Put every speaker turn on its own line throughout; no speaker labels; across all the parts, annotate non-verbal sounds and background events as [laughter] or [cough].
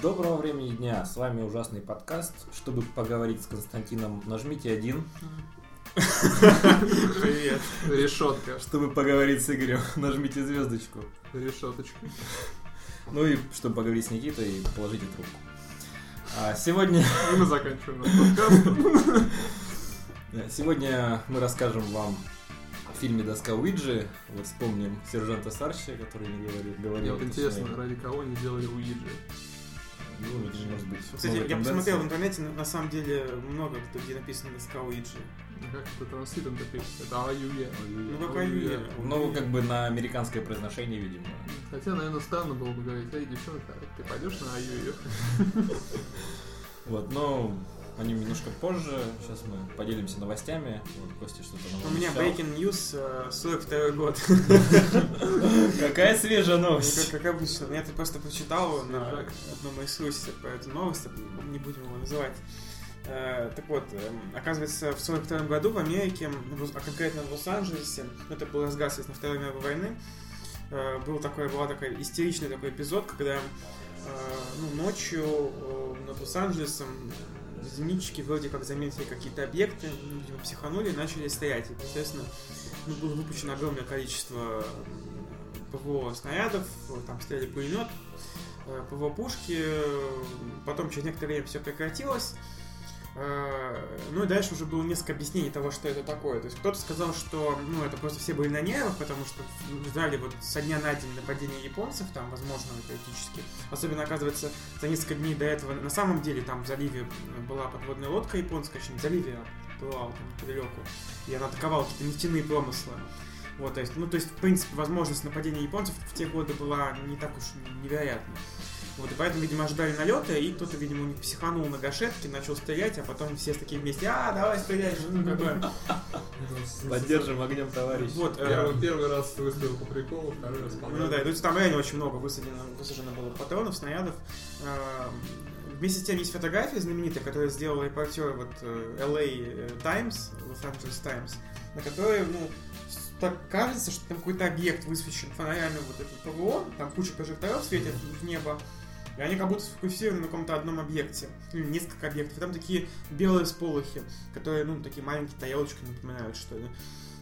Доброго времени дня, с вами ужасный подкаст. Чтобы поговорить с Константином, нажмите один.
Привет. Решетка.
Чтобы поговорить с Игорем, [laughs] нажмите звездочку.
Решеточка.
Ну и чтобы поговорить с Никитой, положите трубку. А сегодня... [laughs]
И мы заканчиваем наш подкаст.
Сегодня мы расскажем вам о фильме «Доска Уиджи». Вот вспомним сержанта Сарча, который не говорил. говорил
Мне интересно, ради кого они делали Уиджи?
Ну, это же может быть.
Кстати,
новая
я
тенденция.
посмотрел в интернете, на на самом деле много кто- где написано доска Уиджи.
Как это транслитом то пишется? Это АЮЕ.
Ну какая Юля?
Ну, как бы на американское произношение, видимо.
Хотя, наверное, странно было бы говорить, эй, девчонка, ты пойдешь на АЮЕ?
Вот, но о нем немножко позже. Сейчас мы поделимся новостями. Вот, Костя что-то нам
У меня
обещал.
Breaking News э, 42 год.
[laughs] Какая свежая
Как
новость!
[laughs] как обычно. Я это просто прочитал на
Свежак.
одном из ресурсе про эту новость, не будем его называть. Э, Так вот, эм, оказывается, в 1942 году в Америке, в Лос- а конкретно в Лос-Анджелесе, ну, это был разгар, соответственно, Второй мировой войны, э, был такой, была такой истеричный такой эпизод, когда э, ну, ночью э, над Лос-Анджелесом зенитчики вроде как заметили какие-то объекты, ну, видимо, психанули и начали стрелять. И, естественно, ну, было выпущено огромное количество м, ПВО снарядов, э, там стреляли пулемет, э, ПВО пушки, э, потом через некоторое время все прекратилось. Э, Ну и дальше уже было несколько объяснений того, что это такое. То есть кто-то сказал, что ну, это просто все были на нервах, потому что в Израиле вот со дня на день нападение японцев, там, возможно, теоретически. Особенно, оказывается, за несколько дней до этого, на самом деле, там в заливе была подводная лодка японская, точнее, не в заливе, а плывала там неподалеку, и она атаковала какие-то нефтяные промыслы. Вот, то есть, ну, то есть, в принципе, возможность нападения японцев в те годы была не так уж невероятна. Вот, и поэтому, видимо, ожидали налета, и кто-то, видимо, у них психанул на гашетке, начал стрелять, а потом все такие вместе, а, давай стреляй, же», ну, как
[laughs]
бы.
Поддержим огнем, товарищ.
Вот, э,
Я вот первый раз выстрелил по приколу, второй раз по
Ну да, то есть там реально очень много высадено, высажено было патронов, снарядов. Эм, Вместе с тем есть фотографии знаменитые, которые сделал репортер вот э, LA Times, Los Angeles Times, на которой, ну, с- так кажется, что там какой-то объект высвечен фонарями вот этот ПВО, там куча прожекторов светит в небо, и они как будто сфокусированы на каком-то одном объекте, ну, или несколько объектов, и там такие белые сполохи, которые, ну, такие маленькие тарелочки напоминают, что ли.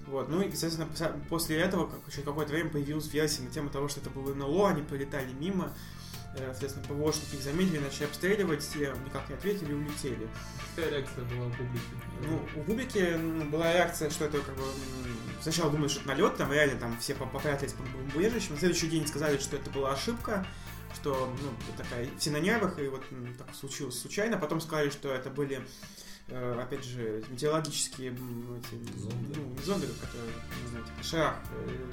Вот, ну и, естественно, поса- после этого как, еще какое-то время появилась версия на тему того, что это было НЛО, они полетали мимо, э, соответственно, ПВОшники их заметили, начали обстреливать, те никак не ответили и улетели.
Какая реакция была у публики?
Ну, у публики м, была реакция, что это как бы... м, Сначала думали, что это налет, там реально там все по- попрятались по бомбоубежищам. На следующий день сказали, что это была ошибка, что, ну, вот такая, все на нервах, и вот м, так случилось случайно. Потом сказали, что это были, э, опять же, метеорологические м, эти,
Зонды.
ну, не зонды, которые, не знаю, типа шарах, э,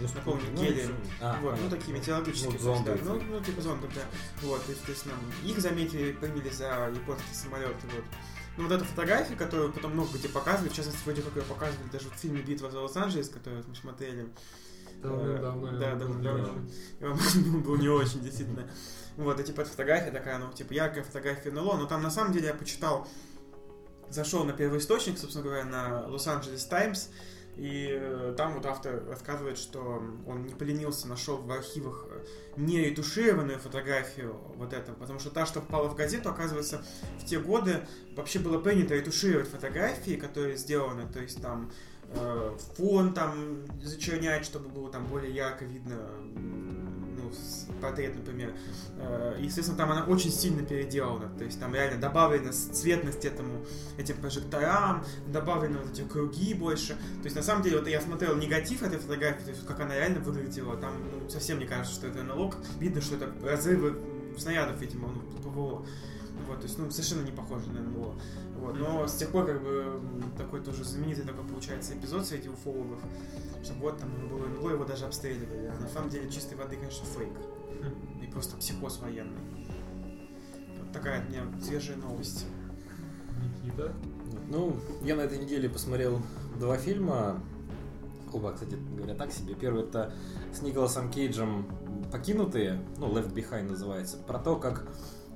Ну,
напомню,
ну,
гелием.
а,
вот, ну
понятно.
такие метеорологические.
Ну,
то есть,
зонды
да, ну,
эти.
ну, типа зондов, да. Вот, и, соответственно, ну, их заметили, приняли за японские самолеты, вот. Ну, вот эта фотография, которую потом много где показывали, в частности, вроде как ее показывали даже в фильме «Битва за Лос-Анджелес», который вот мы смотрели.
Давным-давно.
э, Да,
я
давным-давно.
помню.
И он [laughs] был не очень, действительно. Вот, и типа эта фотография такая, ну, типа яркая фотография НЛО, но там на самом деле я почитал, зашел на первоисточник, собственно говоря, на Лос-Анджелес Таймс, и э, там вот автор рассказывает, что он не поленился, нашел в архивах э, неретушированную фотографию вот этого, потому что та, что попала в газету, оказывается, в те годы вообще было принято ретушировать фотографии, которые сделаны, то есть там э, фон там зачернять, чтобы было там более ярко видно, м, ну, с- портрет, например. Э, и, естественно, там она очень сильно переделана, то есть там реально добавлена с- цветность этому, этим прожекторам, добавлены вот эти круги больше. То есть, на самом деле, вот я смотрел негатив этой фотографии, то есть, вот как она реально выглядела, там ну, совсем не кажется, что это налог. Видно, что это разрывы м, снарядов, видимо, ну, ПВО. Вот, то есть, ну, совершенно не похоже на НЛО. Вот, но с тех пор, как бы, м, такой тоже знаменитый такой, получается, эпизод среди уфологов, что вот там было НЛО, его даже обстреливали. А на самом деле чистой воды, конечно, фейк. И просто психоз военный. Вот такая от меня свежая новость.
Никита.
Ну, я на этой неделе посмотрел два фильма. Оба, кстати, говоря так себе. Первый это с Николасом Кейджем «Покинутые», ну, «Left Behind» называется, про то, как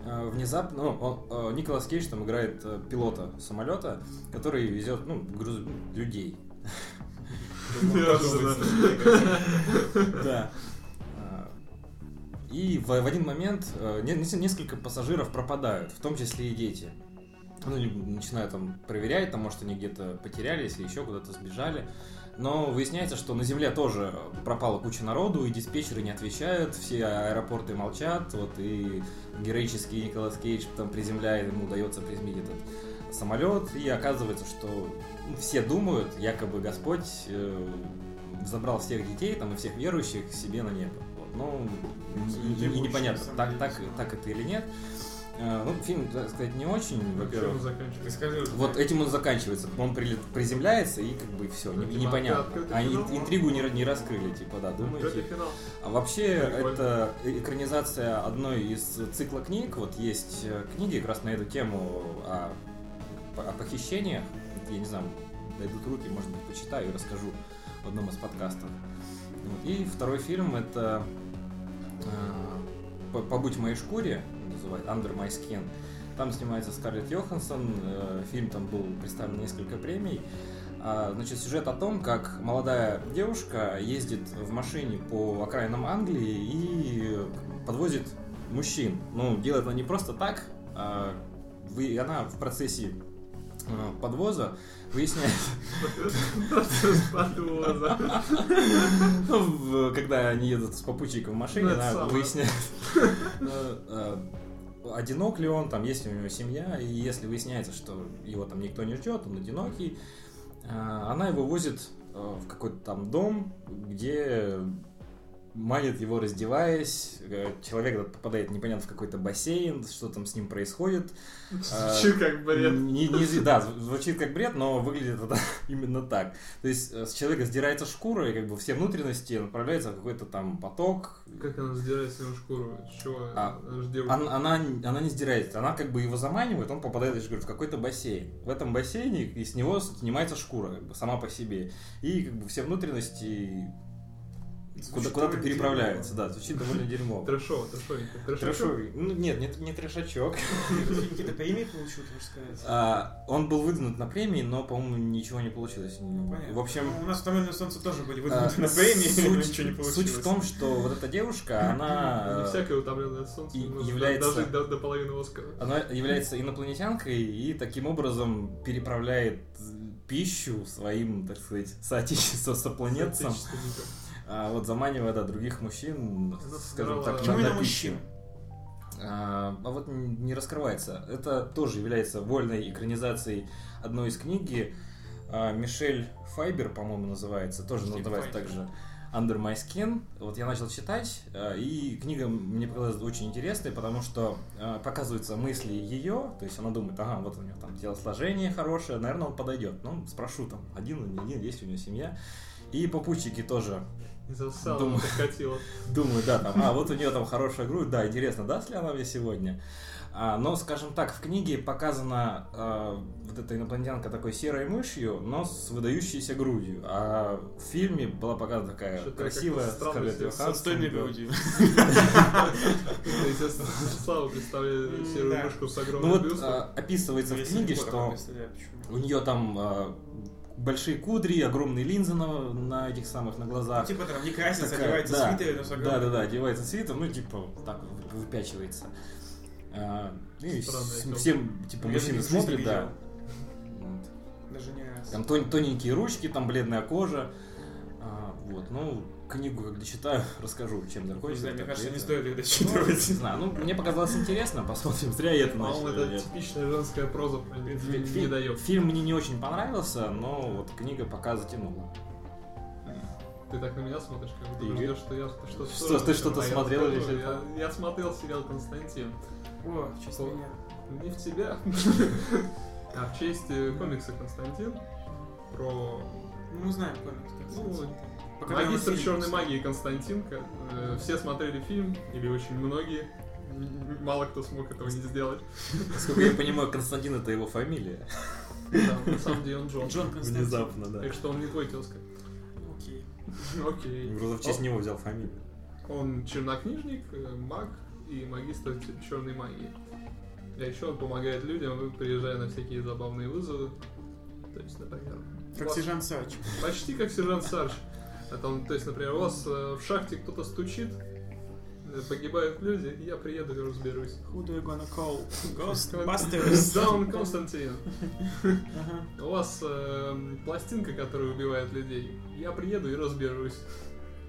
э, внезапно... Ну, он, э, Николас Кейдж там играет э, пилота самолета, который везет, ну, груз... ну, людей. Ну,
Я уже знаю.
Да. А, Э, И в, в один момент э, не- не- несколько пассажиров пропадают, в том числе и дети. Ну, и начинают там проверять, там, может, они где-то потерялись или еще куда-то сбежали. Но выясняется, что на Земле тоже пропала куча народу, и диспетчеры не отвечают, все аэропорты молчат, вот, и героический Николас Кейдж там приземляет, ему удается приземлить этот самолет, и оказывается, что ну, все думают, якобы Господь э, забрал всех детей, там, и всех верующих к себе на небо. Вот, ну, и- и,
Верующие,
непонятно,
на самом
так,
деле,
так,
всё.
так это или нет. Э, Ну, фильм, так сказать, не очень, во-первых.
Чем заканчивается?
Расскажи.
Вот этим он заканчивается. Он прилет- приземляется и как бы все,
Ну, типа,
непонятно.
открытый финал,
Они
ну.
интригу не, ра- не раскрыли, типа, да,
Третий
думаете.
финал. [laughs]
А вообще,
Прикольно.
это экранизация одной из цикла книг. Вот есть э, книги как раз на эту тему о, о похищениях. Я не знаю, дойдут руки, может быть, почитаю и расскажу в одном из подкастов. Вот. И второй фильм это э, «По- «Побудь в моей шкуре», называют «Under my skin». Там снимается Скарлетт Йоханссон, э, фильм там был представлен на несколько премий. А, Значит, сюжет о том, как молодая девушка ездит в машине по окраинам Англии и подвозит мужчин. Ну, делает она не просто так, а вы- она в процессе э, подвоза выясняет,
Подвоза.
Ну, в- когда они едут с попутчиком в машине,
Ну, это
она
самое.
выясняет, э, э, одинок ли он, там, есть ли у него семья, и если выясняется, что его там никто не ждет, он одинокий, э, она его возит э, в какой-то там дом, где манит его, раздеваясь, э, человек этот попадает непонятно в какой-то бассейн, что там с ним происходит,
Звучит как бред.
не, не зв- да, зв- звучит как бред, но выглядит это [laughs] именно так. То есть э, с человека сдирается шкура, и как бы все внутренности направляются в какой-то там поток.
Как она сдирает свою шкуру? С чего?
А,
Она же девушка.
Он- Она, она не сдирается, она как бы его заманивает, он попадает, я же говорю, в какой-то бассейн. В этом бассейне и с него снимается шкура как бы, сама по себе. И как бы все внутренности куда-
Звучит
куда-то
довольно
переправляются. Да, звучит довольно дерьмово.
Трэшово, трэшовенько. Трэшовенько.
Трэшовый. Ну нет, не, не трэшачок.
дерьмово. Какие-то премии получил, ты можешь сказать?
А, он был выдвинут на премии, но, по-моему, ничего не получилось.
Понятно.
В общем,
Ну, у нас «Утомленное солнце» тоже были
А,
выдвинуты на премии, но
суть-
ну, ничего не получилось.
Суть в том, что вот эта девушка, она,
Не
э,
всякое утомленное солнце.
и-
может
является-
Дожить до, до половины Оскара.
она является инопланетянкой и таким образом переправляет пищу своим, так сказать, соотечественницам, сопланетцам,
Соотечественников.
а вот заманивая да, других мужчин,
Она
скажем так,
сыграла-
на-
Почему
на
именно
пищу.
мужчин?
А а вот н- не раскрывается. Это тоже является вольной экранизацией одной из книги. А, Мишель Файбер, по-моему, называется. Тоже
Мишель
называется
Файбер.
также Under My Skin. Вот я начал читать, а, и книга мне показалась очень интересной, потому что а, показываются мысли ее, то есть она думает, ага, вот у него там телосложение хорошее, наверное, он подойдет. Ну, спрошу там, один, он не один, есть ли у него семья. И попутчики тоже
Не засала,
Думаю. [laughs]
подкатила.
Думаю, да, там, а вот у нее там хорошая грудь, да, интересно, даст ли она мне сегодня. А, но, скажем так, в книге показана э, вот эта инопланетянка такой серой мышью, но с выдающейся грудью. А в фильме была показана такая
Что-то
красивая
как-то странно,
Скарлетт
если
Йоханссон,
С отстойной
да.
грудью.
Ну, естественно, Слава представляет
М,
серую
да.
мышку с
Ну
огромным
вот
бюстом.
э, описывается в
Если
книге,
легко,
что
представляю, почему.
у нее там э, большие кудри, огромные линзы на, на этих самых на глазах.
Ну, Типа там не красится,
А, Такая,
одевается
да.
свитер, но с огромным-
Да, да, да, одевается свитер, ну, типа, вот так вот выпячивается. А, ну, и
Странная
с-
тёлка.
всем, типа,
Я
мужчины
таких в жизни
смотрят, да.
видел.
Вот.
Даже не раз.
Там тон- тоненькие ручки, там бледная кожа. А, вот, ну, книгу, когда читаю, [laughs] расскажу, чем
Не
закончится.
знаю, мне
так
кажется,
ли
не
это.
стоит ее
Ну, [laughs]
дочитывать.
Не знаю, ну, мне показалось интересно, посмотрим, зря я это
По-моему,
начал.
это
или нет.
типичная женская проза, в принципе,
Фи-
не
Фильм,
дает.
фильм мне не очень понравился, но вот книга пока затянула.
Ты так на меня смотришь, как будто
Игорь?
ждешь, что я что-то
Что,
тоже
ты что-то
скажу, а я
смотрел или
скажу,
что-то?
я- Я смотрел сериал «Константин».
О, в честь
О.
меня.
Не в тебя, а в честь э, комикса «Константин» про
Ну, мы знаем комикс. как
Ну,
сказать. Пока я его
магистр
фильм
черной
посмотрел.
магии Константин. ко- э, Все смотрели фильм, или очень многие. М- м- Мало кто смог этого не сделать.
Насколько я понимаю, Константин это его фамилия.
Там, на самом деле он Джон.
Джон Константин.
Внезапно, да.
Так что он не твой тезка.
Окей.
Окей.
Просто в честь него взял фамилию.
Он чернокнижник, э, маг и магистр черной магии. А еще он помогает людям, приезжая на всякие забавные вызовы. То есть, например,
Как
вас-
Сержант Савич.
почти как сержант Сарч. А там, то есть, например, у вас э, в шахте кто-то стучит, погибают люди, я приеду и разберусь.
Who do you gonna call?
Даун
Ghostbusters.
Константин.
Ага.
У вас эм, пластинка, которая убивает людей. Я приеду и разберусь.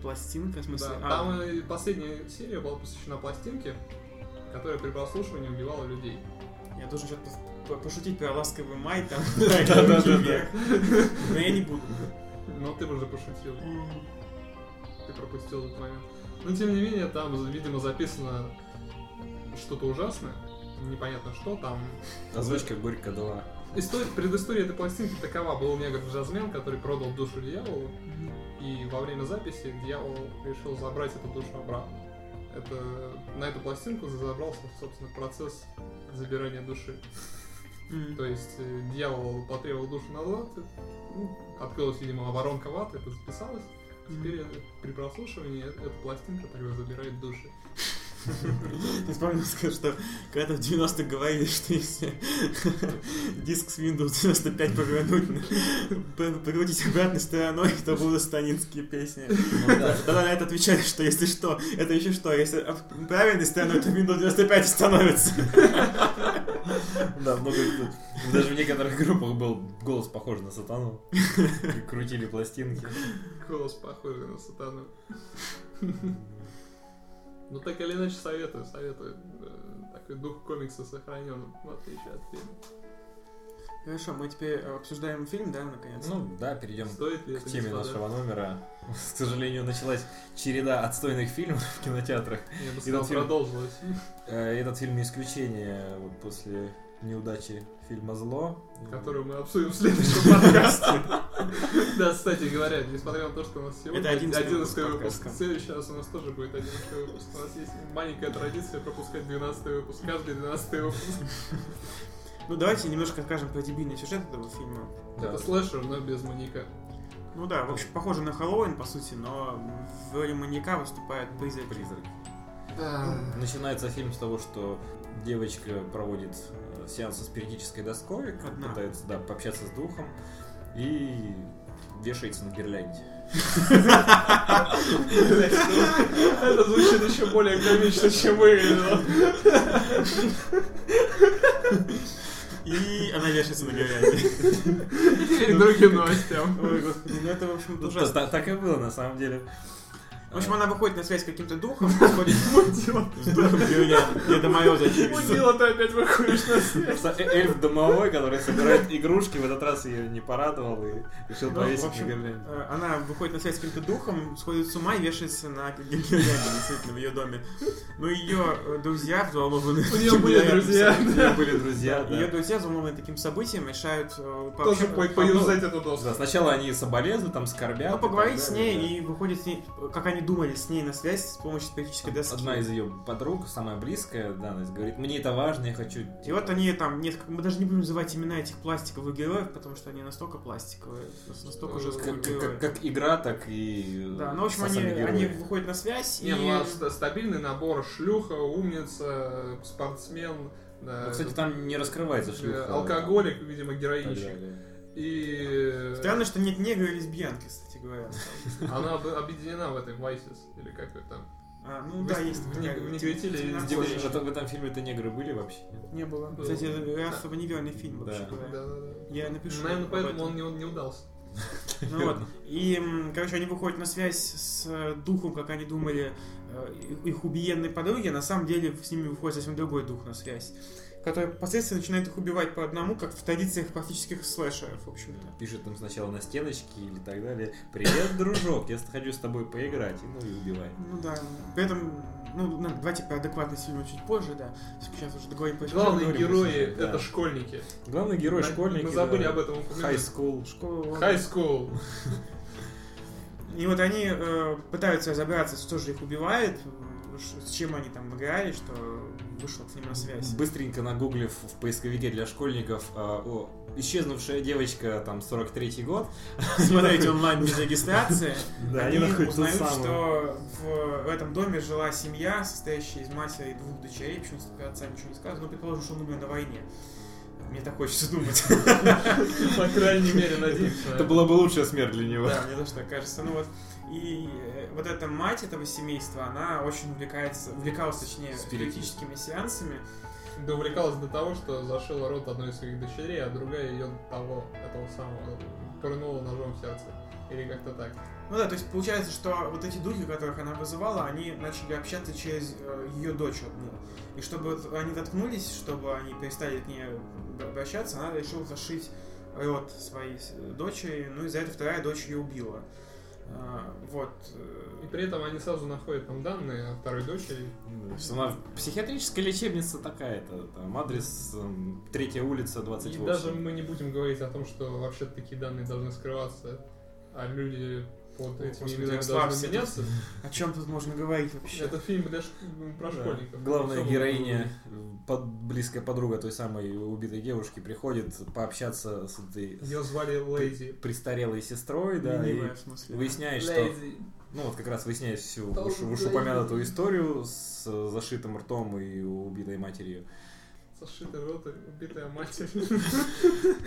Пластинка, в смысле?
Да,
А,
Там э, последняя серия была посвящена пластинке, которая при прослушивании убивала людей.
Я должен что-то по- пошутить про ласковый май там.
[laughs] да, да.
[laughs] Но я не буду.
Но ты уже пошутил, ты пропустил этот момент. Но тем не менее, там, видимо, записано что-то ужасное. Непонятно что там.
Озвучка Горько 2.
История, предыстория этой пластинки такова. Был негр джазмен, который продал душу дьяволу, и во время записи дьявол решил забрать эту душу обратно. Это, на эту пластинку забрался, собственно, процесс забирания души.
Мгм.
То есть э, дьявол потребовал душу назад, э, ну, открылась, видимо, воронка ваты, это записалось. Теперь э, при прослушивании э- эта пластинка тогда забирает души.
[laughs] Ты вспомнил, сказать, что когда-то в 90-х говорили, что если [laughs] диск с Windows 95 повернуть, на- по- покрутить обратной стороной, то будут станинские песни. А Тогда на это отвечали, что если что, это еще что, если об- правильной стороной, то Windows 95 становится.
Да, много кто- Даже в некоторых группах был голос похож на сатану. Крутили пластинки.
Голос похожий на сатану. Ну так или иначе советую, советую. Э, Такой дух комикса сохранен, в отличие от фильма.
Хорошо, мы теперь э, обсуждаем фильм, да, наконец?
Ну да, перейдем
Стоит ли
к
это
теме
не
нашего номера. К сожалению, началась череда отстойных фильмов в кинотеатрах.
Я бы
И
сказал,
этот фильм- [laughs]
продолжилось.
Э, Этот фильм не исключение вот после неудачи фильма «Зло».
Которую мы обсудим в следующем
[laughs]
подкасте. Да, кстати говоря, несмотря на то, что у нас сегодня
Это 11-й
11
выпуск
выпуск, в
подкаста.
следующий раз у нас тоже будет 11 выпуск. У нас есть маленькая традиция пропускать 12 выпуск, каждый 12 выпуск.
Ну давайте немножко скажем про дебильный сюжет этого фильма.
Да.
Это слэшер, но без маньяка. [laughs]
Ну да, в общем, похоже на Хэллоуин, по сути, но в роли маньяка выступает призрак.
Призрак. Ну, Начинается фильм с того, что девочка проводит э, сеанс со спиритической доской, как
Одна.
пытается да, пообщаться с духом и вешается на гирлянде.
Это звучит еще более комично, чем выглядело.
И она вешается на говяде.
Теперь к другим новостям.
Ой, господи, ну это, в общем,
Ну,
ужасно.
та- так и было на самом деле.
В общем, она выходит на связь с каким-то духом, выходит с духом Юлиан. Деда Мороза, очевидно.
Мудила, ты опять выходишь на связь.
Просто э- эльф домовой, который собирает игрушки, в этот раз ее не порадовал и решил
Ну, в
повесить
общем,
на гирлянде.
Э, Она выходит на связь с каким-то духом, сходит с ума и вешается на гирлянде, действительно, в ее доме. Но ее друзья взволнованные...
У нее были
э,
друзья.
У нее были друзья, да.
Ее друзья взволнованные таким событием решают... э,
Тоже
пообща-
по-
по-
поюзать эту доску.
Да, сначала они соболезнуют, там скорбят.
Ну,
и
поговорить
так
с
далее, да.
ней и выходит с ней, как они думали, с ней на связь с помощью спиритической доски.
Одна из ее подруг, самая близкая, да, она говорит, мне это важно, я хочу...
И вот они там несколько... Мы даже не будем называть имена этих пластиковых героев, потому что они настолько пластиковые, настолько
Э,
же
Как, как- как игра, так и... э,
Да, ну, в общем,
со
они,
сами герои.
они выходят на связь
Не,
и...
ну а ст- стабильный набор шлюха, умница, спортсмен, да,
Ну, кстати, там не раскрывается
э,
шлюха.
а
алкоголик, видимо,
и так
героинщик.
далее.
И э,
Странно, что нет негра и лесбиянки, кстати говоря.
она об- объединена в этой Вайсис, или как ее там.
А, ну
Вы-
да, есть.
вы не-
такая
вы не
тем-
видели
темнокожая.
Где вот
Девочки.
в этом- в этом фильме-то негры были вообще?
Не было.
Было.
Кстати, это расово неверный
Да.
фильм вообще говоря.
Да-да-да.
Я напишу.
Наверное,
об
поэтому
этом.
он не, он не удался.
[laughs]
Ну вот. И, м, короче, они выходят на связь с э, духом, как они думали, э, их убиенной подруги, а на самом деле с ними выходит совсем другой дух на связь, который впоследствии начинает их убивать по одному, как в традициях классических слэшеров, в общем-то.
Пишет им сначала на стеночке или так далее. Привет, дружок, я с- хочу с тобой поиграть. И, Ну и убивай.
Ну да. При этом, ну, на- давайте про адекватность фильма чуть позже, да. Сейчас уже договорим про
Главные
говорим,
герои
да.
это школьники.
Главный герой
Мы-
школьник.
Мы забыли
да,
об этом
High
упомянуть.
school.
школу.
High school.
И вот они э, пытаются разобраться, что же их убивает, э, ш- с чем они там играли, что вышла к ним на связь.
Быстренько нагуглив в поисковике для школьников а, о, исчезнувшая девочка, там, 43-й год.
Смотрите онлайн без регистрации.
Да,
они
они находят ту
узнают,
самую.
что в, в этом доме жила Ну, семья, состоящая из матери и двух дочерей, почему про отца ничего не сказано, но предположим, что он умер на войне. Мне так хочется думать.
По крайней мере, надеемся. на
Это была бы лучшая смерть для него.
Да, мне тоже так кажется. Ну вот. И э, вот эта мать этого семейства, она очень увлекается, увлекалась, точнее,
Спиритизм.
спиритическими сеансами.
Да увлекалась до того, что зашила рот одной из своих дочерей, а другая ее того, этого самого, пырнула ножом в сердце. Или как-то так.
Ну да, то есть получается, что вот эти духи, которых она вызывала, они начали общаться через ее дочь одну. И чтобы вот они заткнулись, чтобы они перестали к ней обращаться, она решила зашить рот своей с- дочери, ну и за это вторая дочь ее убила. А, Вот. э,
И при этом они сразу находят там данные о второй дочери.
Что она в психиатрической лечебнице такая-то, там адрес эм, третья улица
И
28.
даже мы не будем говорить о том, что вообще такие данные должны скрываться, а люди под
О,
этими
господи,
именами
расслабься.
должны меняться.
О чем тут можно говорить вообще?
Это фильм для ш- м, про
Да.
школьников.
Главная
Особо-
героиня, э, под- близкая подруга той самой убитой девушки, приходит пообщаться с этой с
Ее звали Лейзи.
престарелой сестрой, да, и
Ленивая, в смысле.
выясняешь, что
Лейзи.
Ну вот как раз выясняешь всю
Там
уж-
же
вышеупомянутую историю с э, зашитым ртом и убитой матерью.
Сошитый рот и убитая матерь.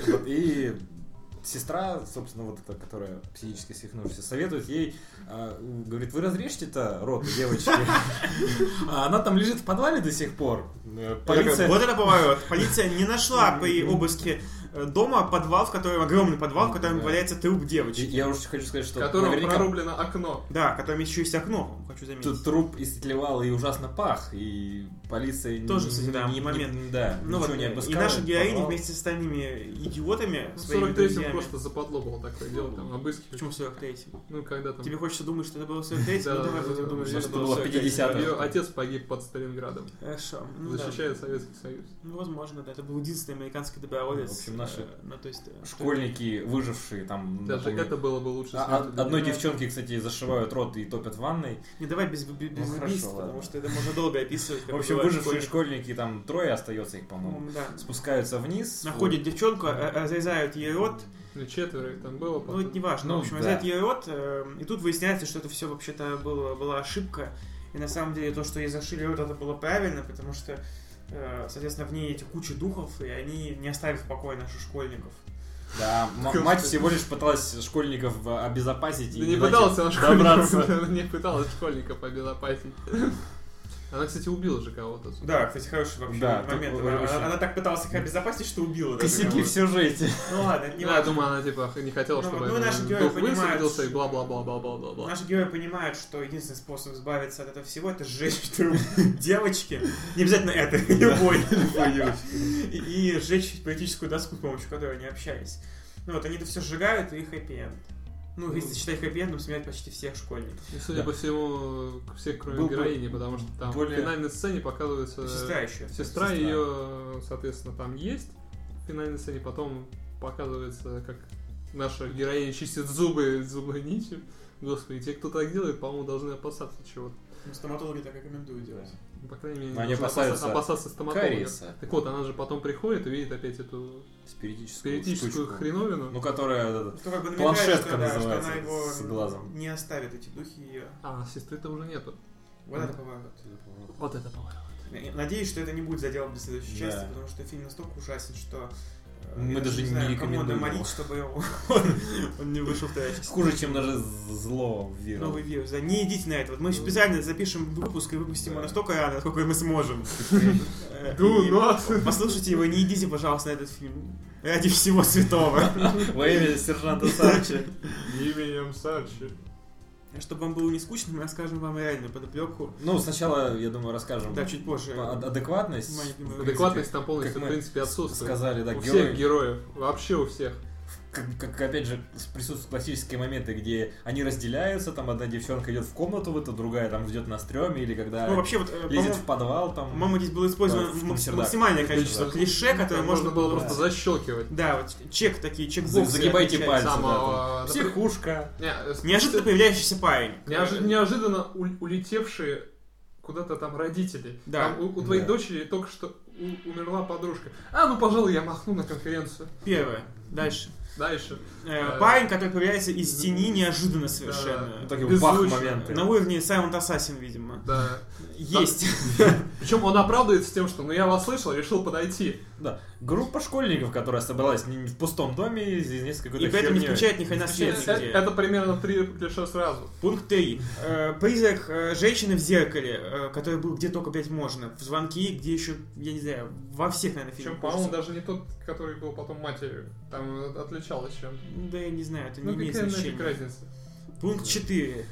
Вот, и сестра, собственно, вот эта, которая психически свихнувшаяся, советует ей, а, говорит, вы разрежьте-то рот у девочки. А она там лежит в подвале до сих пор. Э,
Полиция... [laughs]
Полиция...
Вот это поворот. Полиция не [laughs] нашла при обыске э, дома подвал, в котором огромный подвал, в котором
Да.
валяется труп
И
девочки.
Я уж хочу сказать,
В
что
котором
наверняка
прорублено окно.
Да, в котором еще есть окно, хочу заметить.
тут труп истлевал и ужасно пах, и полиция
Тоже,
не-
кстати, да,
не- не-
момент.
Да,
Ну
ничего
вот,
не
и
обыскала.
наша героиня
Подвал.
вместе с остальными идиотами,
В
своими
43-м
друзьями...
Ну, просто западло было такое дело, там, обыскивать.
Почему 43
Ну, когда там...
Тебе хочется думать, что это было 43
Да,
ну давай
да,
будем
да,
думать,
да,
что это
что
было
было в 50-х.
43
Ее отец погиб под Сталинградом,
Хорошо. Ну, да.
защищает Советский Союз.
Ну, возможно, да. Это был единственный американский доброволец.
В общем, наши
э, ну, то есть, э,
Школьники, выжившие там...
Даже
напомню,
это было бы лучше.
Ну, А-
смерти
а-
для
одной
меня.
девчонке, кстати, зашивают рот и топят в ванной.
Не давай без, без
Ну, хорошо,
убийств,
ладно.
потому что это можно долго описывать. как
В общем,
бывает
выжившие
школьников.
школьники, там трое остается их, по-моему,
По-моему, Да.
спускаются вниз.
Находят девчонку, э, разрезают ей рот,
Ну, четверо их там было.
ну
потом.
это не важно,
Ну,
в общем,
да.
разрезают ей рот, э, и тут выясняется, что это все вообще-то было, была ошибка, и на самом деле то, что ей зашили рот, это было правильно, потому что, э, соответственно, в ней эти куча духов, и они не оставят в покое наших школьников.
Да, м-
Господи.
мать всего лишь пыталась школьников э, обезопасить.
Да не
дать
пыталась
им
она школьников, [laughs]
добраться.
она не пыталась школьников обезопасить. [laughs] Она, кстати, убила же кого-то. судя
Да, кстати, хороший вообще
Да,
момент.
такой
Она,
вообще.
она- она так пыталась их обезопасить, что
а
убила. даже
Косяки
кого-то.
в
[laughs]
сюжете.
Ну ладно, это не
Ну, я
важно.
думаю, она типа не хотела,
Ну,
чтобы
ну,
это
наши герои
дух
понимают,
высадился и
что-
бла-бла-бла-бла-бла-бла.
Наши герои понимают, что единственный способ избавиться от этого всего это сжечь труп [laughs] девочки. Не обязательно это, [laughs] любой. И и сжечь политическую доску, с помощью которой они общались. Ну вот, они это все сжигают, и хэппи-энд. Ну, если считать хэппи-эндом, смерть почти всех школьников.
И, судя
Да.
по всему, все, кроме
Был бы
героини, потому что там
более-
в финальной сцене
Э,
показывается... э,
Сестра еще.
Сестра
Сестра.
ее, соответственно, там есть в финальной сцене, потом показывается, как наша героиня чистит зубы зубной нитью. Господи, те, кто так делает, по-моему, должны опасаться чего-то.
Ну, стоматологи так рекомендуют делать.
Ну, По крайней мере,
Но они
должны
опасаются
опаса- опасаться стоматолога.
Кариеса.
Так вот, она же потом приходит и видит опять эту
Спиритическую,
спиритическую
штучку.
хреновину.
Ну, которая... да, да.
Ну, как бы намекает,
Планшетка
что, да, что
называется,
она его
с глазом.
не оставит, эти духи ее.
А, сестры-то уже нету.
Вот это поворот.
Вот это поворот.
Надеюсь, что это не будет заделом для следующей
Да.
части, потому что фильм настолько ужасен, что э,
Мы
я
даже не
знаю, кому надо
рекомендуем его.
молить, чтобы
[laughs]
он, он не вышел в вторая часть.
Хуже, чем даже зло в Виру.
Новый вирус. Да, не идите на это. Вот мы специально запишем выпуск и выпустим его
Ну. Да.
настолько рано, насколько мы сможем. Э,
Do
и
not.
Послушайте его, не идите, пожалуйста, на этот фильм. Ради всего святого.
Во имя сержанта Сарча.
Именем Сарчи.
Чтобы вам было не скучно, мы расскажем вам реально подоплеку.
Ну, сначала, я думаю, расскажем
Да, чуть позже.
по- ад- адекватность.
Моя любимая.
В принципе,
Адекватность там полностью,
как
в
мы
принципе, отсутствует.
Сказали, да,
У
герои.
всех героев. Вообще у всех.
как, как, опять же, с- присутствуют классические моменты, где они разделяются, там одна девчонка идет в комнату в эту, другая там ждет на стреме, или когда
Ну, вообще, вот, э,
лезет
по-моему,
в подвал, там...
по-моему, здесь было использовано
Да, в
м-
Чердак.
максимальное количество
Да.
клише, которое
Там
можно было просто
просто защелкивать.
Да, вот чек такие, чек
За- загибайте пальцы.
Там,
да,
а,
там.
например,
Психушка.
Не, э, с-
Неожиданно появляющийся парень.
неожи- неожиданно у- улетевшие куда-то там родители.
Да.
Там у, у твоей
Да.
дочери только что у- умерла подружка. А, ну, пожалуй, я махну на конференцию.
Первое. Дальше.
Дальше.
Э,
Э,
Парень, который появляется из тени неожиданно
Ну,
совершенно.
такие
Без
бах
звучи.
моменты.
На уровне Саймон Ассасин, видимо.
Да.
Есть.
Причем он оправдывается тем, что ну я вас слышал, решил подойти.
Да. Группа школьников, которая собралась не- не в пустом доме из из какой-то
И поэтому не
херни.
включает ни хрена
Э,
свет
э,
нигде.
Это примерно три клише сразу.
Пункт 3. Призрак э, женщины в зеркале, э, который был где только, блядь, можно. В звонки, где еще, я не знаю, во всех, наверное,
Причем,
фильмах.
по-моему,
ужасов.
даже не тот, который был потом матерью. Там э, отличалось чем-то.
Да, я не знаю, это
Ну,
не имеет
какая нафиг
значения.
разница?
Пункт 4.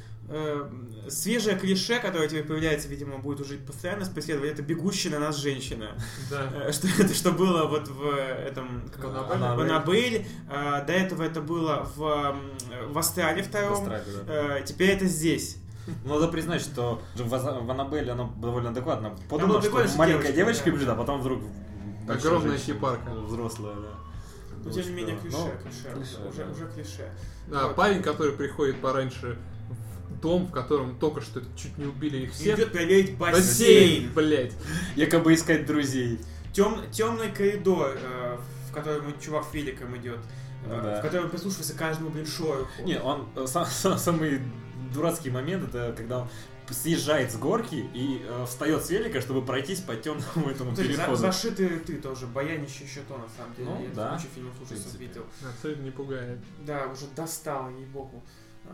Свежее клише, которое теперь появляется, видимо, будет уже постоянно преследовать, это бегущая на нас женщина.
Да.
Э, Что [laughs] это, что было вот в этом... как оно,
Аннабель.
в Аннабель. Э, До этого это было в, м, в Астрале втором.
Страйк, да.
Э, Теперь это здесь.
Ну, Надо признать, что в Аза- в Аннабель она довольно адекватно
было
подумала, что
прикольно, что
маленькая девочка
девочка, да.
бежит, а потом вдруг... большая
Огромная
женщина,
хипарка.
Взрослая, да.
Но, Ну, тем не
Очень
менее,
здорово.
клише,
Но
клише,
Ну, клише,
уже,
да.
уже клише.
Да,
Вот.
парень, который приходит пораньше в дом, в котором только что чуть не убили их всех.
Идет проверить
Бассейн,
бассейн.
блять.
Якобы искать друзей.
Тем, темный коридор, э, в котором чувак великом идет, э,
Ну да.
в котором прислушивается к каждому блин шороху.
Не, он э, [laughs] сам- сам- самый дурацкий момент это когда он съезжает с горки и э, встает с велика, чтобы пройтись по темному [laughs] этому
Кстати, Ну, за-
переходу.
зашитые ты тоже, баянище еще то, на самом деле.
Ну,
я
да,
кучу фильмов ужасов
принципе.
видел.
Абсолютно не пугает.
Да, уже достало, ей-богу. Э,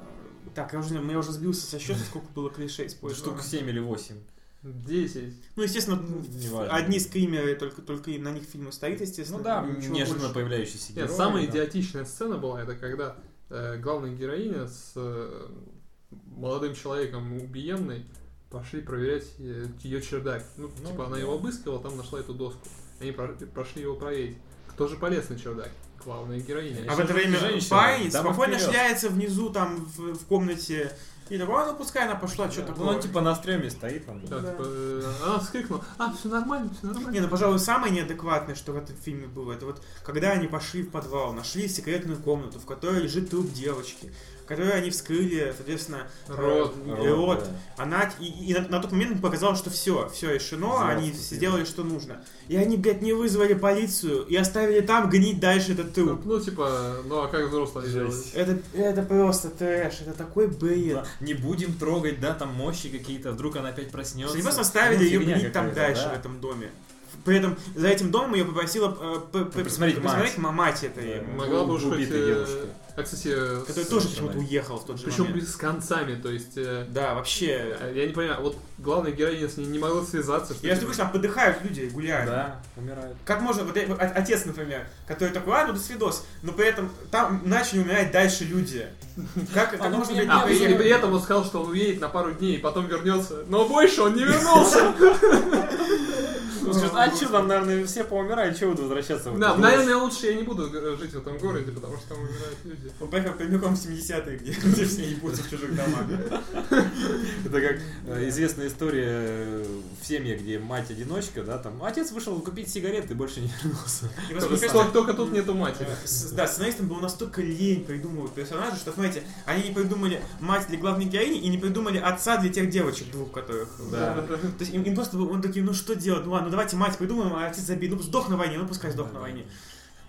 Так, я уже, не знаю, я уже сбился со счета, сколько было клише использовано.
Штук 7 или 8.
Десять.
Ну, естественно,
Ну,
в-
неважно.
одни скримеры, только, только и на них фильм и стоит, естественно.
Ну да,
ничего
неожиданно
больше.
появляющийся
Нет,
герой.
самая
да.
идиотичная сцена была, это когда э, главная героиня с э, молодым человеком убиенной пошли проверять э, ее чердак. Ну,
Ну,
типа она
да.
его обыскивала, там нашла эту доску. Они про- пошли его проверить. Кто же полез на чердак? Главная героиня.
А в
Еще
это
же
время
женщина.
парень
Дама
спокойно
вперед.
шляется внизу там в, в комнате. И такой, а ну пускай она пошла, что
Ну,
такое.
он типа на стреме стоит. Он,
Да,
Да.
типа, э, она вскрикнула. А, все нормально, все нормально.
Не, ну, пожалуй, самое неадекватное, что в этом фильме было, это вот когда они пошли в подвал, нашли секретную комнату, в которой лежит труп девочки, которую они вскрыли, соответственно,
Рот.
э,
Рот,
рот.
да.
Она, и, и на, на тот момент показалось, что все, все решено,
Взял,
они
вступил.
сделали, что нужно. И они, блядь, не вызвали полицию и оставили там гнить дальше этот
Ну,
труп.
ну, типа, ну а как взрослые
Жесть.
делают?
Это, это просто трэш, это такой бред.
Да, Не будем трогать, да, там мощи какие-то, вдруг она опять проснется.
Они просто оставили
Ну,
ее
фигня
гнить там
какая-то,
дальше,
да.
в этом доме. При этом за этим домом ее попросила э, п- п-
Присмотреть Ну, мать.
присмотреть ма- мать этой,
Да,
Могла бы уж
убитой
быть... э,
девушкой.
А, кстати, э,
который
с-
тоже
совершенно.
почему-то уехал в тот же
причем
момент.
с концами, то есть... э,
Да, вообще.
э, Я не понимаю, вот главная героиня с ней не могла связаться, что...
Я
ли?
же говорю, что там подыхают люди и гуляют.
Да, умирает.
Как можно, вот э, вот о- отец, например, который такой, а, ну до свидос, но при этом там начали умирать дальше люди. Как, как
ну,
можно,
меня-
блядь,
А,
не
и, и при
поехать?
этом он сказал, что он уедет на пару дней и потом вернется. Но больше он не вернулся.
Он скажет, а что, там, наверное, все поумирали, чего буду возвращаться? в
Да,
этот
наверное, лучше я не буду э, жить в этом городе, потому что там умирают люди.
Он поехал прямиком в 70-е, где, где все ебутся в чужих домах.
дом?» Это как э, известная история э, в семье, где мать-одиночка, да, там, отец вышел купить сигареты и больше не вернулся.
И просто,
То же
мне кажется,
самое. Только тут нету матери.
С- Да, сценаристам было настолько лень придумывать персонажей, что, смотрите, они не придумали мать для главной героини и не придумали отца для тех девочек двух, которых...
Да.
[laughs] То есть им, им просто было- он такие, ну что делать, ну ладно, ну давайте мать придумаем, а отец забей, ну сдох на войне, ну пускай сдох на войне.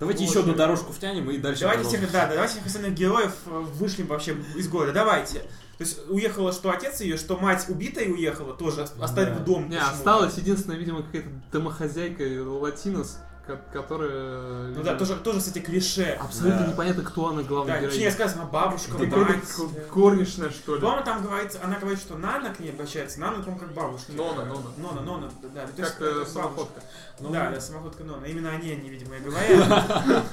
Давайте
Боже.
еще одну дорожку втянем и дальше.
Давайте
продолжим.
всех, да, да, давайте всех остальных героев э, вышли вообще из города, давайте. То есть уехала что отец ее, что мать убитая уехала тоже, ос- оставили
Да.
в дом.
Не,
почему-то.
осталась единственная, видимо, какая-то домохозяйка э, латинос, ко- которая...
Ну да,
видимо,
тоже, тоже, кстати, клише.
[laughs] Абсолютно
Да.
непонятно, кто она главная
Да, точнее
героиня.
сказано, бабушка,
Да,
мать.
Какая-то Корнишная, что ли.
По-моему, там говорится, она говорит, что Нана к ней обращается, Нана, по-моему, как бабушка.
Нона, Нона. э,
Нона, Нона, да, да. ну, то есть это
Как-то
бабушка.
самоходка.
Ну,
да, да, самоходка Нона. Именно о ней они, видимо, и говорят.
[laughs]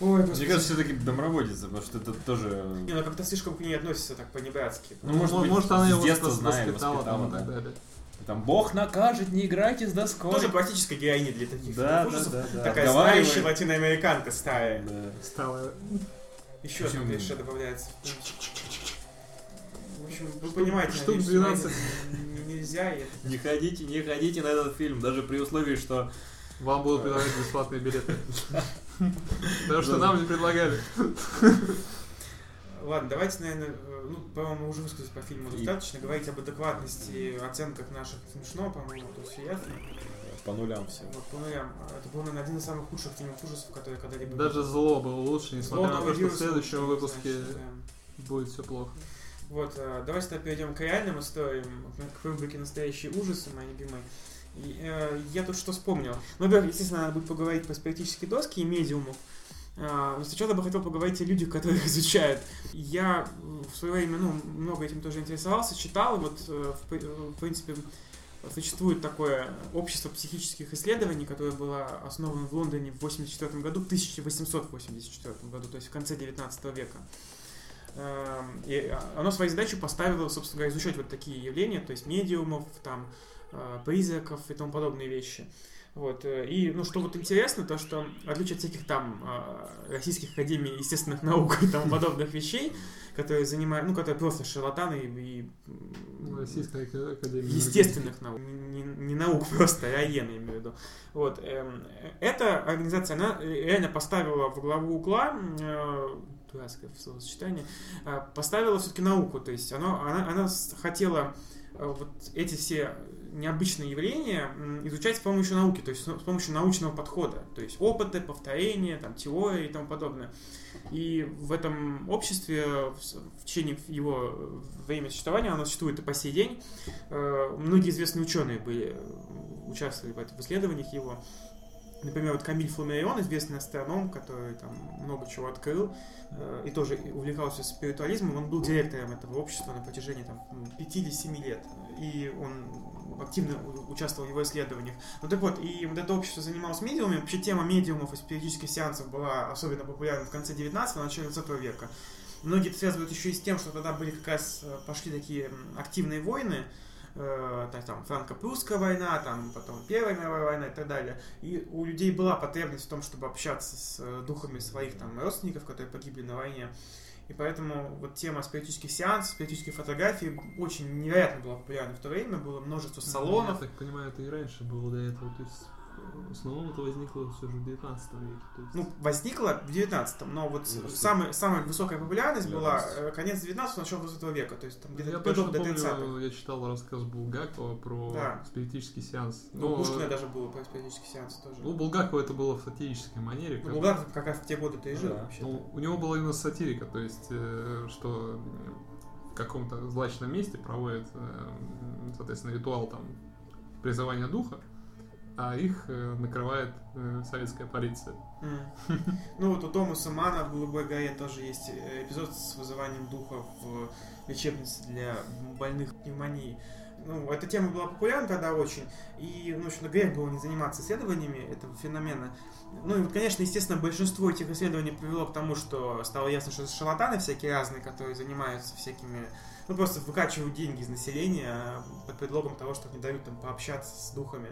Ой,
Мне
господи.
кажется, все-таки домработица, потому что это тоже...
Не, она как-то слишком к ней относится так по-небратски.
Ну, может
Мо-
быть,
она
с
его
детства
вос-
знает,
воспитала, там,
ну,
и
воспитала,
так далее.
Там, бог накажет, не играйте с доской.
Тоже классическая героиня для таких
Ну, Да, да,
ужасов.
да, да.
Такая
Отговаривает.
знающая латиноамериканка старая.
Да.
Стала
Еще
Почему?
там клише добавляется. В общем, вы понимаете,
штук
надеюсь, что на
12.
это Нельзя, и это
Не ходите, не ходите на этот фильм, даже при условии, что...
Вам будут предлагать
[laughs]
бесплатные билеты. Потому что
Да.
нам не предлагали.
Ладно, давайте, наверное, э, ну, по-моему, уже высказались по фильму
И-
Ну, достаточно. Говорить об адекватности, оценках наших смешно, по-моему, тут все ясно.
э, по нулям все.
Вот, по нулям. Это был, наверное, один из самых худших фильмов ужасов, которые когда-либо
Даже
были.
зло было лучше, несмотря
Зло
на то,
новый
что в
вирус,
следующем
значит,
выпуске
да.
будет все плохо.
Вот, э, давайте тогда перейдем к реальным историям, к рубрике «Настоящие ужасы», мои любимые. И, э, я тут что вспомнил. Ну, во-первых, естественно, надо будет поговорить про спиритические доски и медиумов. А, Но сначала бы хотел поговорить о людях, которые [laughs] их изучают. Я э, в свое время ну, много этим тоже интересовался, читал. Вот, э, в, при- э, в принципе, существует такое общество психических исследований, которое было основано в Лондоне в 1984 году, в 1884 году, то есть в конце 19 века. Эм, И а, оно своей задачей поставило, собственно говоря, изучать вот такие явления, то есть медиумов, там, э, призраков и тому подобные вещи. Вот. э, И, ну, что вот интересно, то, что, в отличие от всяких там э, российских академий естественных наук и тому подобных вещей, которые занимают, ну, которые просто шарлатаны и... и, м,
Ну, Российская академия.
естественных наук, не, не наук просто, а ен, я имею в виду. Вот, эм, э, эта организация, она реально поставила в главу угла, м, э, дурацкое словосочетание, э, поставила все-таки науку, то есть оно, она, она с- хотела э, вот эти все необычные явления м, изучать с помощью науки, то есть с помощью научного подхода, то есть опыты, повторения, там, теории и тому подобное. И в этом обществе в с- в течение его э, времени существования, оно существует и по сей день, э, многие известные ученые были, э, участвовали в, этом- в исследованиях его. Например, вот Камиль Фламерион, известный астроном, который там много чего открыл э, и тоже увлекался спиритуализмом, он был директором этого общества на протяжении там, 5-7 лет. И он активно у- участвовал в его исследованиях. Ну так вот, и вот это общество занималось медиумами. Вообще тема медиумов и спиритических сеансов была особенно популярна в конце 19-го, начале 20 века. Многие это связывают еще и с тем, что тогда были как раз э, пошли такие м, активные войны, э, та- там франко-прусская война, там потом Первая мировая война и так далее. И у людей была потребность в том, чтобы общаться с э, духами своих там родственников, которые погибли на войне. И поэтому вот тема спиритических сеансов, спиритических фотографий очень невероятно была популярна в то время. Было множество салонов,
Я так понимаю, это и раньше было до этого. То есть в основном это возникло все же в 19 веке. То есть...
ну, возникла в 19-м, но вот
Ну,
самая, самая высокая популярность была
Популярность.
э, конец 19-го, начало 20 века, то есть там где-то
я
до-
точно
до
помню,
30-х.
я читал рассказ Булгакова про
Да.
спиритический сеанс.
Ну,
Но-
у Пушкина даже было про спиритический сеанс тоже.
У Булгакова это было в сатирической манере.
Ну,
как-
Булгаков как раз в те годы-то и
Ну
жил
да.
вообще.
Ну, у него была именно сатирика, то есть, э, что м, в каком-то злачном месте проводят, э, м, соответственно, ритуал там призывания духа, а их э, накрывает э, советская полиция.
[laughs] Ну вот у Томаса Мана в «Голубой горе» тоже есть э, эпизод с вызыванием духа в лечебнице для больных пневмонией. Ну, эта тема была популярна тогда очень, и, ну, в общем-то, грех было не заниматься исследованиями этого феномена. Ну, и, вот, конечно, естественно, большинство этих исследований привело к тому, что стало ясно, что это шарлатаны всякие разные, которые занимаются всякими... Ну, просто выкачивают деньги из населения а, под предлогом того, что не дают там пообщаться с духами.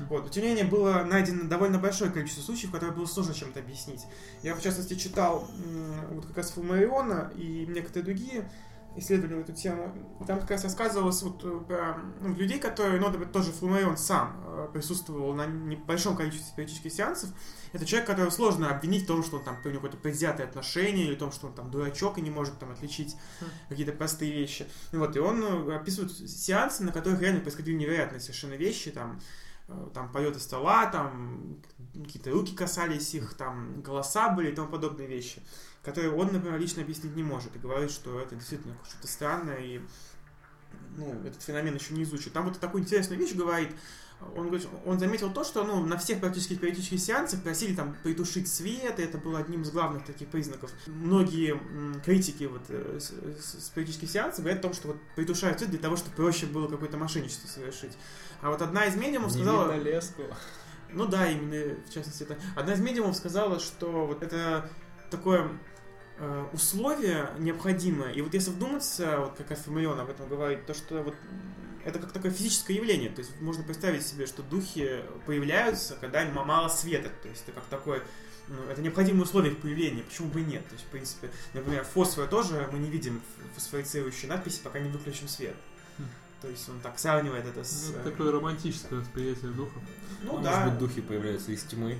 Вот. Но, тем не менее, было найдено довольно большое количество случаев, которые было сложно чем-то объяснить. Я, в частности, читал м, вот как раз Фулмариона и некоторые другие исследования на эту тему. И Там как раз рассказывалось вот э, про ну, людей, которые, ну, например, тоже Фулмарион сам э, присутствовал на небольшом количестве спиритических сеансов. Это человек, которого сложно обвинить в том, что он там у него какое-то предвзятое отношение, или в том, что он там дурачок и не может там отличить
Хм.
какие-то простые вещи. Ну Вот, и он э, описывает сеансы, на которых реально происходили невероятные совершенно вещи, там, э, там поет из стола, там какие-то руки касались их, там голоса были и тому подобные вещи, которые он, например, лично объяснить не может и говорит, что это действительно что-то странное и ну, этот феномен еще не изучен. Там вот такую интересную вещь говорит, он, говорит, что он заметил то, что ну, на всех практически спиритических сеансах просили там притушить свет, и это было одним из главных таких признаков. Многие м, критики вот, э, с- с- спиритических сеансов говорят о том, что вот притушают свет для того, чтобы проще было какое-то мошенничество совершить. А вот одна из медиумов сказала...
леску.
Ну да, именно, в частности, это. Одна из медиумов сказала, что вот это такое э, условие необходимое. И вот если вдуматься, вот как Афимарион об этом говорит, то что вот м, это как такое физическое явление. То есть можно представить себе, что духи появляются, когда им мало света. То есть это как такое ну, это необходимые условия их появления, почему бы и нет? То есть, в принципе, например, фосфор тоже мы не видим ф- фосфорицирующие надписи, пока не выключим свет.
Хм.
То есть он так сравнивает это с...
Ну,
э,
это такое романтическое восприятие духов.
Ну
А, Может
да,
быть, духи появляются из тьмы.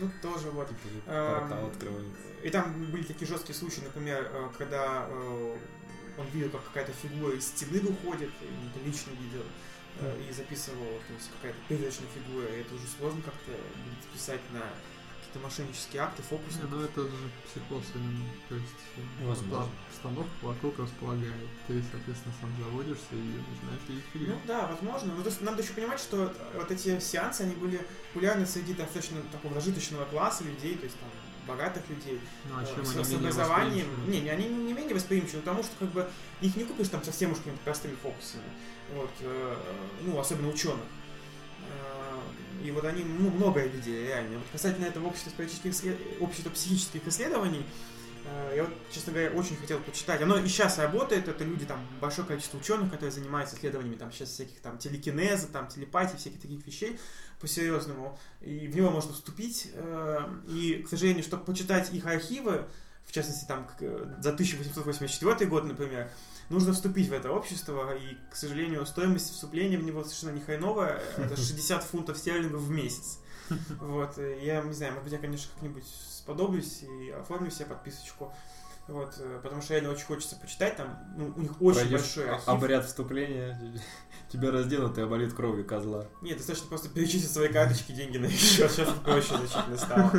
ну тоже вот.
Типа,
Эм,
портал открывается.
И там были такие жесткие случаи, например, э, когда э, он видел, как какая-то фигура из стены выходит, и он это лично видел.
Хм.
э, и записывал, то есть какая-то передачная фигура, и это уже сложно как-то будет списать на какие-то мошеннические акты, фокусы.
Не, ну это же психоз именно. То есть э,
Возможно.
обста- обстановка вокруг располагает. Ты, соответственно, сам заводишься и начинаешь видеть фильм.
Ну да, возможно. Но то есть надо еще понимать, что вот эти сеансы, они были популярны среди достаточно такого зажиточного класса людей, то есть там богатых людей,
Ну, а
э,
чем
с,
они
с
менее
образованием.
восприимчивы?
Не, не, они не менее восприимчивы, потому что как бы их не купишь там совсем уж какими-то простыми фокусами. Вот, э, ну, особенно ученых. Э, И вот они ну, многое видели реально. Вот касательно этого общества, психических исслед- общества психических исследований, э, я вот, честно говоря, очень хотел почитать. Оно и сейчас работает, это люди, там, большое количество ученых, которые занимаются исследованиями, там, сейчас всяких, там, телекинеза, там, телепатии, всяких таких вещей по-серьезному. И в него можно вступить. э, И, к сожалению, чтобы почитать их архивы, в частности, там, как, э, за 1884 год, например, нужно вступить в это общество, и, к сожалению, стоимость вступления в него совершенно не
[laughs]
хреновая, это 60 фунтов стерлингов в месяц. Вот, э, я не знаю, может быть, я, конечно, как-нибудь сподоблюсь и оформлю себе подписочку. Вот, э, потому что реально очень хочется почитать, там, ну, у них очень
Пройдёшь
большой
о-
архив.
обряд вступления, [laughs] тебя разденут и оболит кровью [laughs] козла.
Нет, достаточно просто перечислить свои карточки, деньги на [laughs] счет, сейчас проще значительно стало.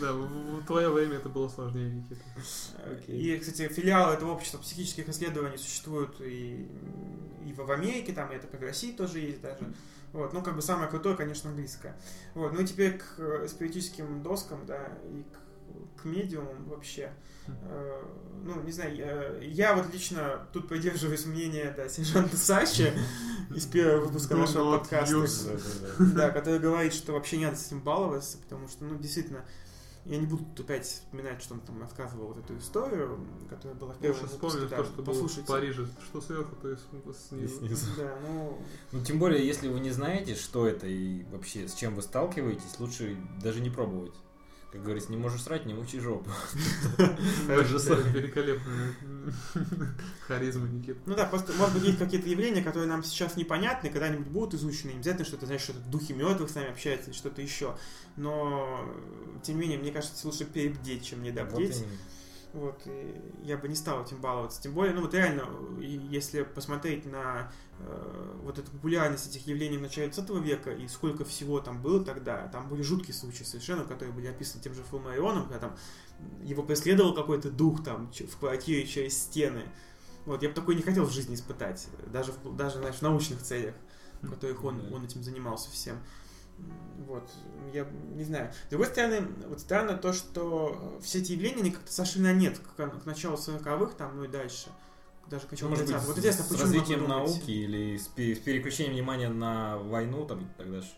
Да, в, в твое время это было сложнее, Никита.
Окей.
И, кстати, филиалы этого общества психических исследований существуют и, и в в Америке, там, и это как в России тоже есть даже. Вот, ну, как бы самое крутое, конечно, английское. Вот, ну и теперь к э, спиритическим доскам, да, и к, к медиумам вообще. Э, ну, не знаю, я, я вот лично тут придерживаюсь мнения, да, сержанта Саши из первого выпуска
Do
нашего
not
подкаста.
use
Да-да-да.
Да, который говорит, что вообще не надо с ним баловаться, потому что, ну, действительно, я не буду тут опять вспоминать, что он там рассказывал вот эту историю, которая была в первом
Лучше
выпуске,
вспомнил
да,
то, что было в
послушайте.
Париже. Что сверху, то есть снизу.
Снизу.
Да, ну,
Ну, тем более, если вы не знаете, что это и вообще с чем вы сталкиваетесь, лучше даже не пробовать. Как говорится, не можешь срать, не мучи жопу.
Это же великолепная [laughs] харизма, Никита.
ну да, просто, может быть, есть какие-то явления, которые нам сейчас непонятны, когда-нибудь будут изучены, не обязательно, что это, знаешь, что-то духи мертвых с нами общаются или что-то еще, но, э, тем не менее, мне кажется, лучше перебдеть, чем
Вот
недобдеть.
именно.
Вот, и я бы не стал этим баловаться. Тем более, ну вот реально, и если посмотреть на э, вот эту популярность этих явлений в начале 20 века и сколько всего там было тогда, там были жуткие случаи совершенно, которые были описаны тем же Филмарионом, когда там его преследовал какой-то дух там ч- в квартире через стены. Вот, я бы такой не хотел в жизни испытать, даже, в, даже знаешь, в научных целях, в которых он,
Да.
он этим занимался всем. М, Вот, я не знаю. С другой стороны, вот странно то, что э, все эти явления, они как-то сошли на нет к, к началу 40-х, там, ну и дальше. Даже к началу
Ну, Может быть,
30-х. Вот интересно,
с
почему, как вы
развитием
думаете?
науки или с пе- с переключением внимания на войну, там тогда же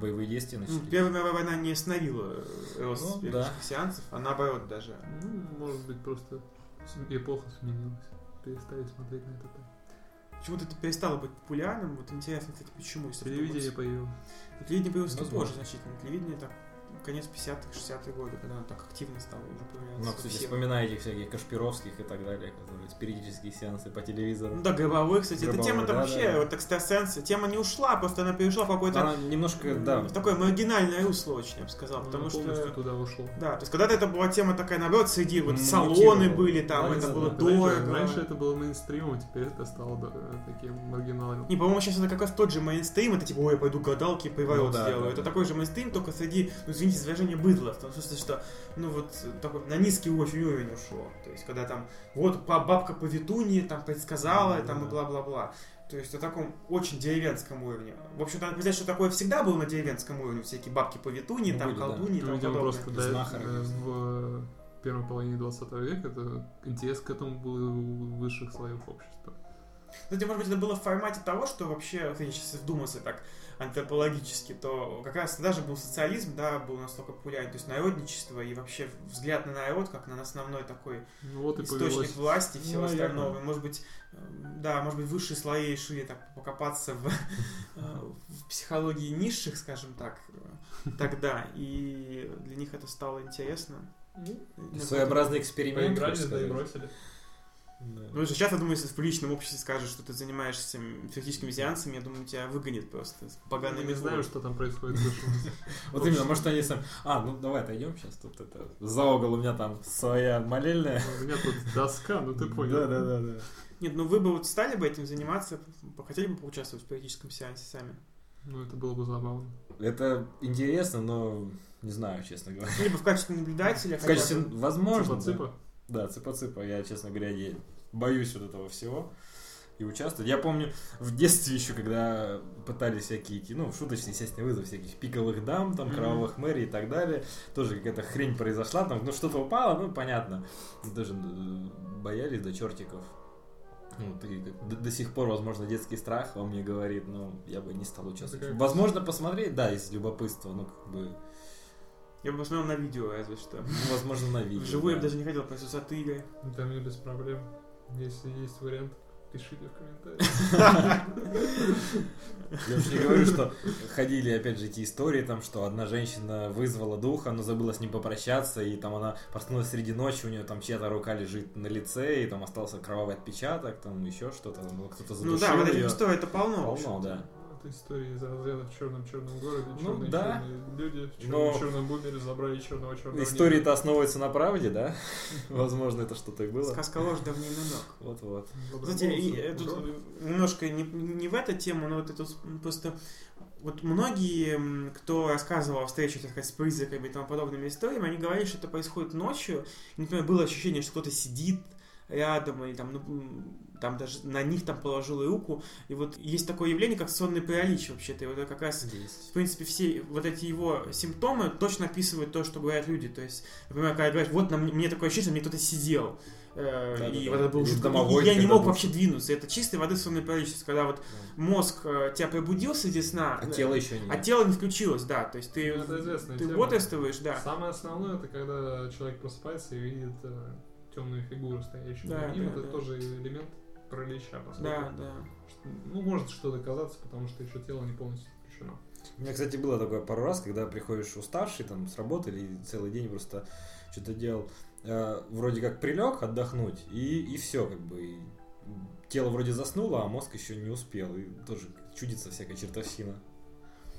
боевые действия
Ну,
начались.
Первая мировая война не остановила э, рост
Ну,
первичных
да.
сеансов, а наоборот даже.
Ну, может быть, просто с- эпоха сменилась. Перестали смотреть на это так.
Почему-то это перестало быть популярным. Вот интересно, кстати, почему, если
Телевидение
вдуматься.
появилось.
Телевидение появилось
Возможно.
позже значительно. Телевидение так конец 50-х, 60-х годы, когда оно так активно стало уже появляться.
Ну,
у
кстати,
всех.
вспоминая этих всяких Кашпировских и так далее, которые спиритические сеансы по телевизору.
Ну да, гробовых, кстати, эта
Гробовых,
тема там
да,
вообще,
да, да.
вот экстрасенсы, тема не ушла, просто она перешла в какой-то
Она немножко, да, Ну,
в такое маргинальное русло очень, я бы сказал,
Оно
потому
Ну, полностью
что...
туда ушло.
Да, то есть когда-то это была тема такая, наоборот, среди
Ну,
вот салоны
мутировала.
были, там,
Да,
это
да,
было
да.
дорого.
Раньше, раньше это было мейнстримом, теперь это стало да, таким маргинальным.
Не, по-моему, сейчас это как раз тот же мейнстрим, это типа, ой, я пойду гадалки, приворот
Ну да,
сделаю.
да,
это
да.
такой же мейнстрим, только среди, ну, извините за выражение, быдла, в том смысле, что, ну, вот, э, такой на низкий очень уровень ушло. То есть, когда там, вот, ба- бабка по витуне, там, предсказала,
Да,
там, и
да.
бла-бла-бла. То есть, о таком очень деревенском уровне. В общем-то, надо признать, что такое всегда было на деревенском уровне. Всякие бабки по витуне,
Ну,
там,
были, да.
колдуни и
Ну,
тому
видимо,
подобное.
просто да,
Знахари.
э, в первой половине 20 века это интерес к этому был у высших слоев общества.
Кстати, Ну, типа, может быть, это было в формате того, что вообще, вот я сейчас вдумался так антропологически, то как раз даже был социализм, да, был настолько популярен, то есть народничество и вообще взгляд на народ, как на основной такой
Ну, вот и
источник
повелось.
власти и всего
Ну, наверное.
остального. И, Может быть, эм, да, может быть, высшие слои решили так покопаться в, э, в психологии низших, скажем так, э, тогда, и для них это стало интересно.
Ну,
своеобразный эксперимент.
Поиграли,
хочешь
да и
сказать.
бросили.
Да.
Ну, если сейчас, я думаю, если в приличном обществе скажешь, что ты занимаешься физическими сеансами, я думаю, тебя выгонят просто
Ну,
с
Мы
погаными
не знаем, что там происходит в душе.
Вот именно, может они сами... А, ну давай отойдем сейчас, тут это... За угол у меня там своя молельная.
У меня тут доска, ну ты понял.
Да, да, да, да.
Нет, ну вы бы вот стали бы этим заниматься, п- хотели бы поучаствовать в политическом сеансе сами?
Ну, это было бы забавно.
Это интересно, но не знаю, честно говоря.
Либо в качестве наблюдателя.
В
хотя бы.
качестве, возможно, да.
Цыпа-цыпа.
Да, цыпа-цыпа. Я, честно говоря, не боюсь вот этого всего и участвовать. Я помню в детстве еще, когда пытались всякие идти, ну, шуточный, естественно, вызов всяких пиковых дам, там,
Мгм.
кровавых мэрий и так далее. Тоже какая-то хрень произошла, там, ну, что-то упало, ну, понятно. Мы Даже э, боялись до чертиков. Ну, ты как- до, до сих пор, возможно, детский страх во мне говорит, ну, я бы не стал участвовать.
Такая-
Возможно, посмотреть, да, из любопытства, ну, как бы,
Я бы посмотрел на видео, разве что.
ну, возможно, на видео.
Вживую я
да.
бы даже не хотел присутствовать, ты,
[laughs]
Игорь.
Да, мне типа, без проблем. Если есть вариант, пишите в комментариях.
Ну
Я уж не говорю, что ходили, опять же, эти истории, там, что одна женщина вызвала духа, но забыла с ним попрощаться, и там она проснулась среди ночи, у нее там чья-то рука лежит на лице, и там остался кровавый отпечаток, там еще что-то, там, ну, кто-то задушил
Ну да, вот
её.
этих историй это полно. в общем.
Полно, да.
Это история из разряда в черном-черном городе,
Ну,
черные
да.
черные люди, в
Но-
черном-черном бумере забрали черного-черного.
История-то основывается на правде, да?
[laughs]
Возможно, это что-то и было.
Сказка ложь давнина ног.
Вот-вот.
Кстати, и, э, тут немножко не, не в эту тему, но вот это с- просто вот многие, м, кто рассказывал о встрече, так сказать, с призраками и тому подобными историями, они говорили, что это происходит ночью. И, Например, было ощущение, что кто-то сидит рядом, или там, ну, м, там даже на них там положил руку. И вот есть такое явление, как сонный паралич вообще-то. И вот это как раз в принципе, все вот эти его симптомы точно описывают то, что говорят люди. То есть, например, когда говорят, вот на мне, мне такое ощущение, что мне кто-то сидел. Э,
Да-да-да.
и вот это был
Или
жутко.
домовой
И я не
когда
мог
был.
вообще двинуться. Это чистой воды сонная паралич. То есть, когда вот мозг э, тебя пробудился из сна,
А
э,
тело еще
а
нет.
тело не включилось, да. То есть ты,
Ну, это известная
ты
тема.
бодрствуешь, да.
Самое основное, это когда человек просыпается и видит темную фигуру, стоящую
Да,
над ним.
да,
это
да.
тоже элемент пролича, по сути.
Да, да.
Ну, может что-то казаться, потому что еще тело не полностью включено.
У меня, кстати, было такое пару раз, когда приходишь уставший, там, с работы или целый день просто что-то делал. Э, вроде как прилег отдохнуть, и, и все, как бы. и тело вроде заснуло, а мозг еще не успел. И тоже чудится всякая чертовщина.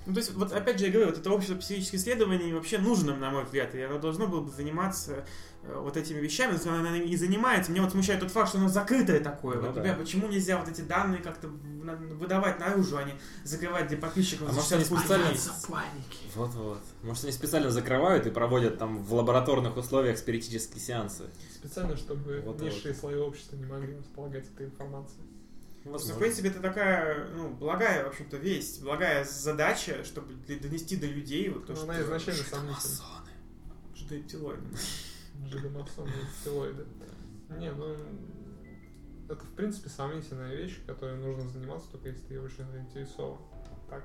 Ну, то есть, вот опять же я говорю, вот это общество психических исследований вообще нужно, на мой взгляд, и оно должно было бы заниматься э, вот этими вещами, но оно наверное, и занимается. Меня вот смущает тот факт, что оно закрытое такое.
Ну
вот,
да.
например, почему нельзя вот эти данные как-то в- на- выдавать наружу, а не закрывать для подписчиков?
А может,
защищать
они
пусть
специально
есть.
Вот-вот. Может, они специально закрывают и проводят там в лабораторных условиях спиритические сеансы.
Специально, чтобы
Вот
низшие слои общества не могли располагать этой информацией.
Ну, в принципе, это такая, ну, благая, в общем-то, весть, благая задача, чтобы для- донести до людей вот то,
Ну,
что...
она изначально сомнительна.
Масоны.
Что это телоидно.
Жигомасоны и псилоиды. Не, ну... Это, в принципе, сомнительная вещь, которой нужно заниматься, только если ты очень заинтересован. Так,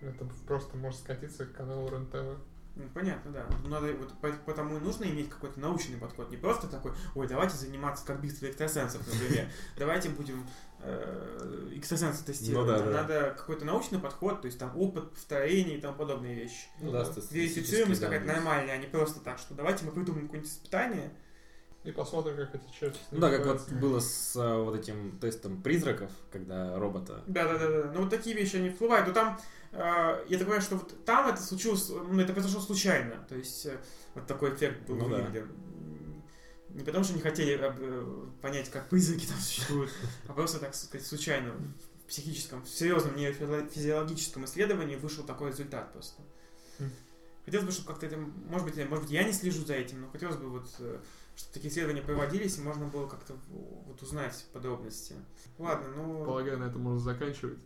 это просто может скатиться к каналу РЕН-ТВ.
Ну, понятно, да. Надо, вот, по- потому и нужно иметь какой-то научный подход. Не просто такой, ой, давайте заниматься как битвой экстрасенсов, например. Давайте будем э, экстрасенсов тестировать.
Ну да, да.
Там Надо какой-то научный подход, то есть там опыт, повторение и тому подобные вещи.
Ну да.
Верифицируемость какая-то нормальная, а не просто так, что давайте мы придумаем какое-нибудь испытание.
И посмотрим, как эти черти с
Ну
ним
да, как вот
справятся.
было с э, вот этим тестом призраков, когда робота
Да-да-да, ну вот такие вещи, они всплывают. Но там, э, я так понимаю, что вот там это случилось, ну это произошло случайно. То есть э, вот такой эффект был
Ну да.
выявлен. Не потому, что не хотели э, э, понять, как призраки там существуют, а просто, так сказать, случайно в психическом, в серьезном нейрофизиологическом исследовании вышел такой результат просто.
Хм.
Хотелось бы, чтобы как-то это, может быть, я- может быть, я не слежу за этим, но хотелось бы вот, э, чтобы такие исследования проводились, и можно было как-то вот узнать подробности. Ладно, ну...
Полагаю, на этом можно заканчивать.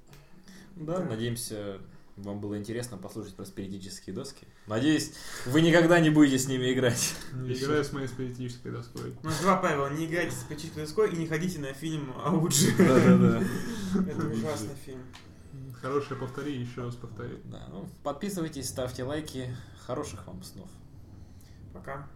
Да,
Да.
надеемся, вам было интересно послушать про спиритические доски. Надеюсь, вы никогда не будете с ними играть.
Не
Ещё.
играя с моей спиритической доской.
У нас Ну, два правила. Не играйте с печаткой доской и не ходите на фильм Ауджи.
[laughs] Да-да-да.
Это ужасный фильм.
Хорошее повтори, еще раз повтори.
Да, ну, Подписывайтесь, ставьте лайки. Хороших вам снов.
Пока.